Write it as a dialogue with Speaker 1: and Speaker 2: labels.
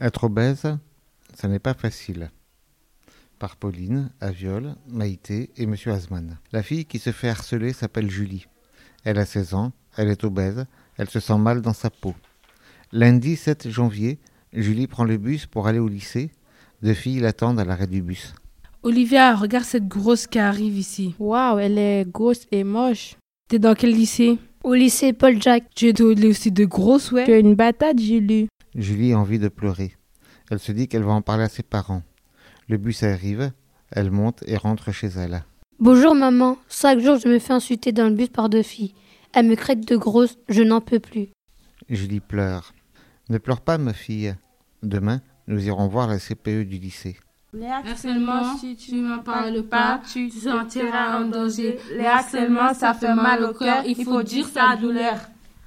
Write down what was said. Speaker 1: Être obèse, ça n'est pas facile. Par Pauline, Aviol, Maïté et Monsieur Asman. La fille qui se fait harceler s'appelle Julie. Elle a 16 ans, elle est obèse, elle se sent mal dans sa peau. Lundi 7 janvier, Julie prend le bus pour aller au lycée. Deux filles l'attendent à l'arrêt du bus.
Speaker 2: Olivia, regarde cette grosse qui arrive ici.
Speaker 3: Waouh, elle est grosse et moche.
Speaker 2: T'es dans quel lycée
Speaker 4: Au lycée Paul Jack,
Speaker 2: Tu es au lycée de grosses, ouais
Speaker 3: Tu as une batade, Julie.
Speaker 1: Julie a envie de pleurer. Elle se dit qu'elle va en parler à ses parents. Le bus arrive, elle monte et rentre chez elle.
Speaker 4: Bonjour maman, chaque jour je me fais insulter dans le bus par deux filles. Elles me craignent de grosse, je n'en peux plus.
Speaker 1: Julie pleure. Ne pleure pas, ma fille. Demain, nous irons voir la CPE du lycée.
Speaker 5: Les harcèlements, si tu ne m'en parles pas, tu te sentiras en danger. Les harcèlements, ça fait mal au cœur, il faut dire sa douleur.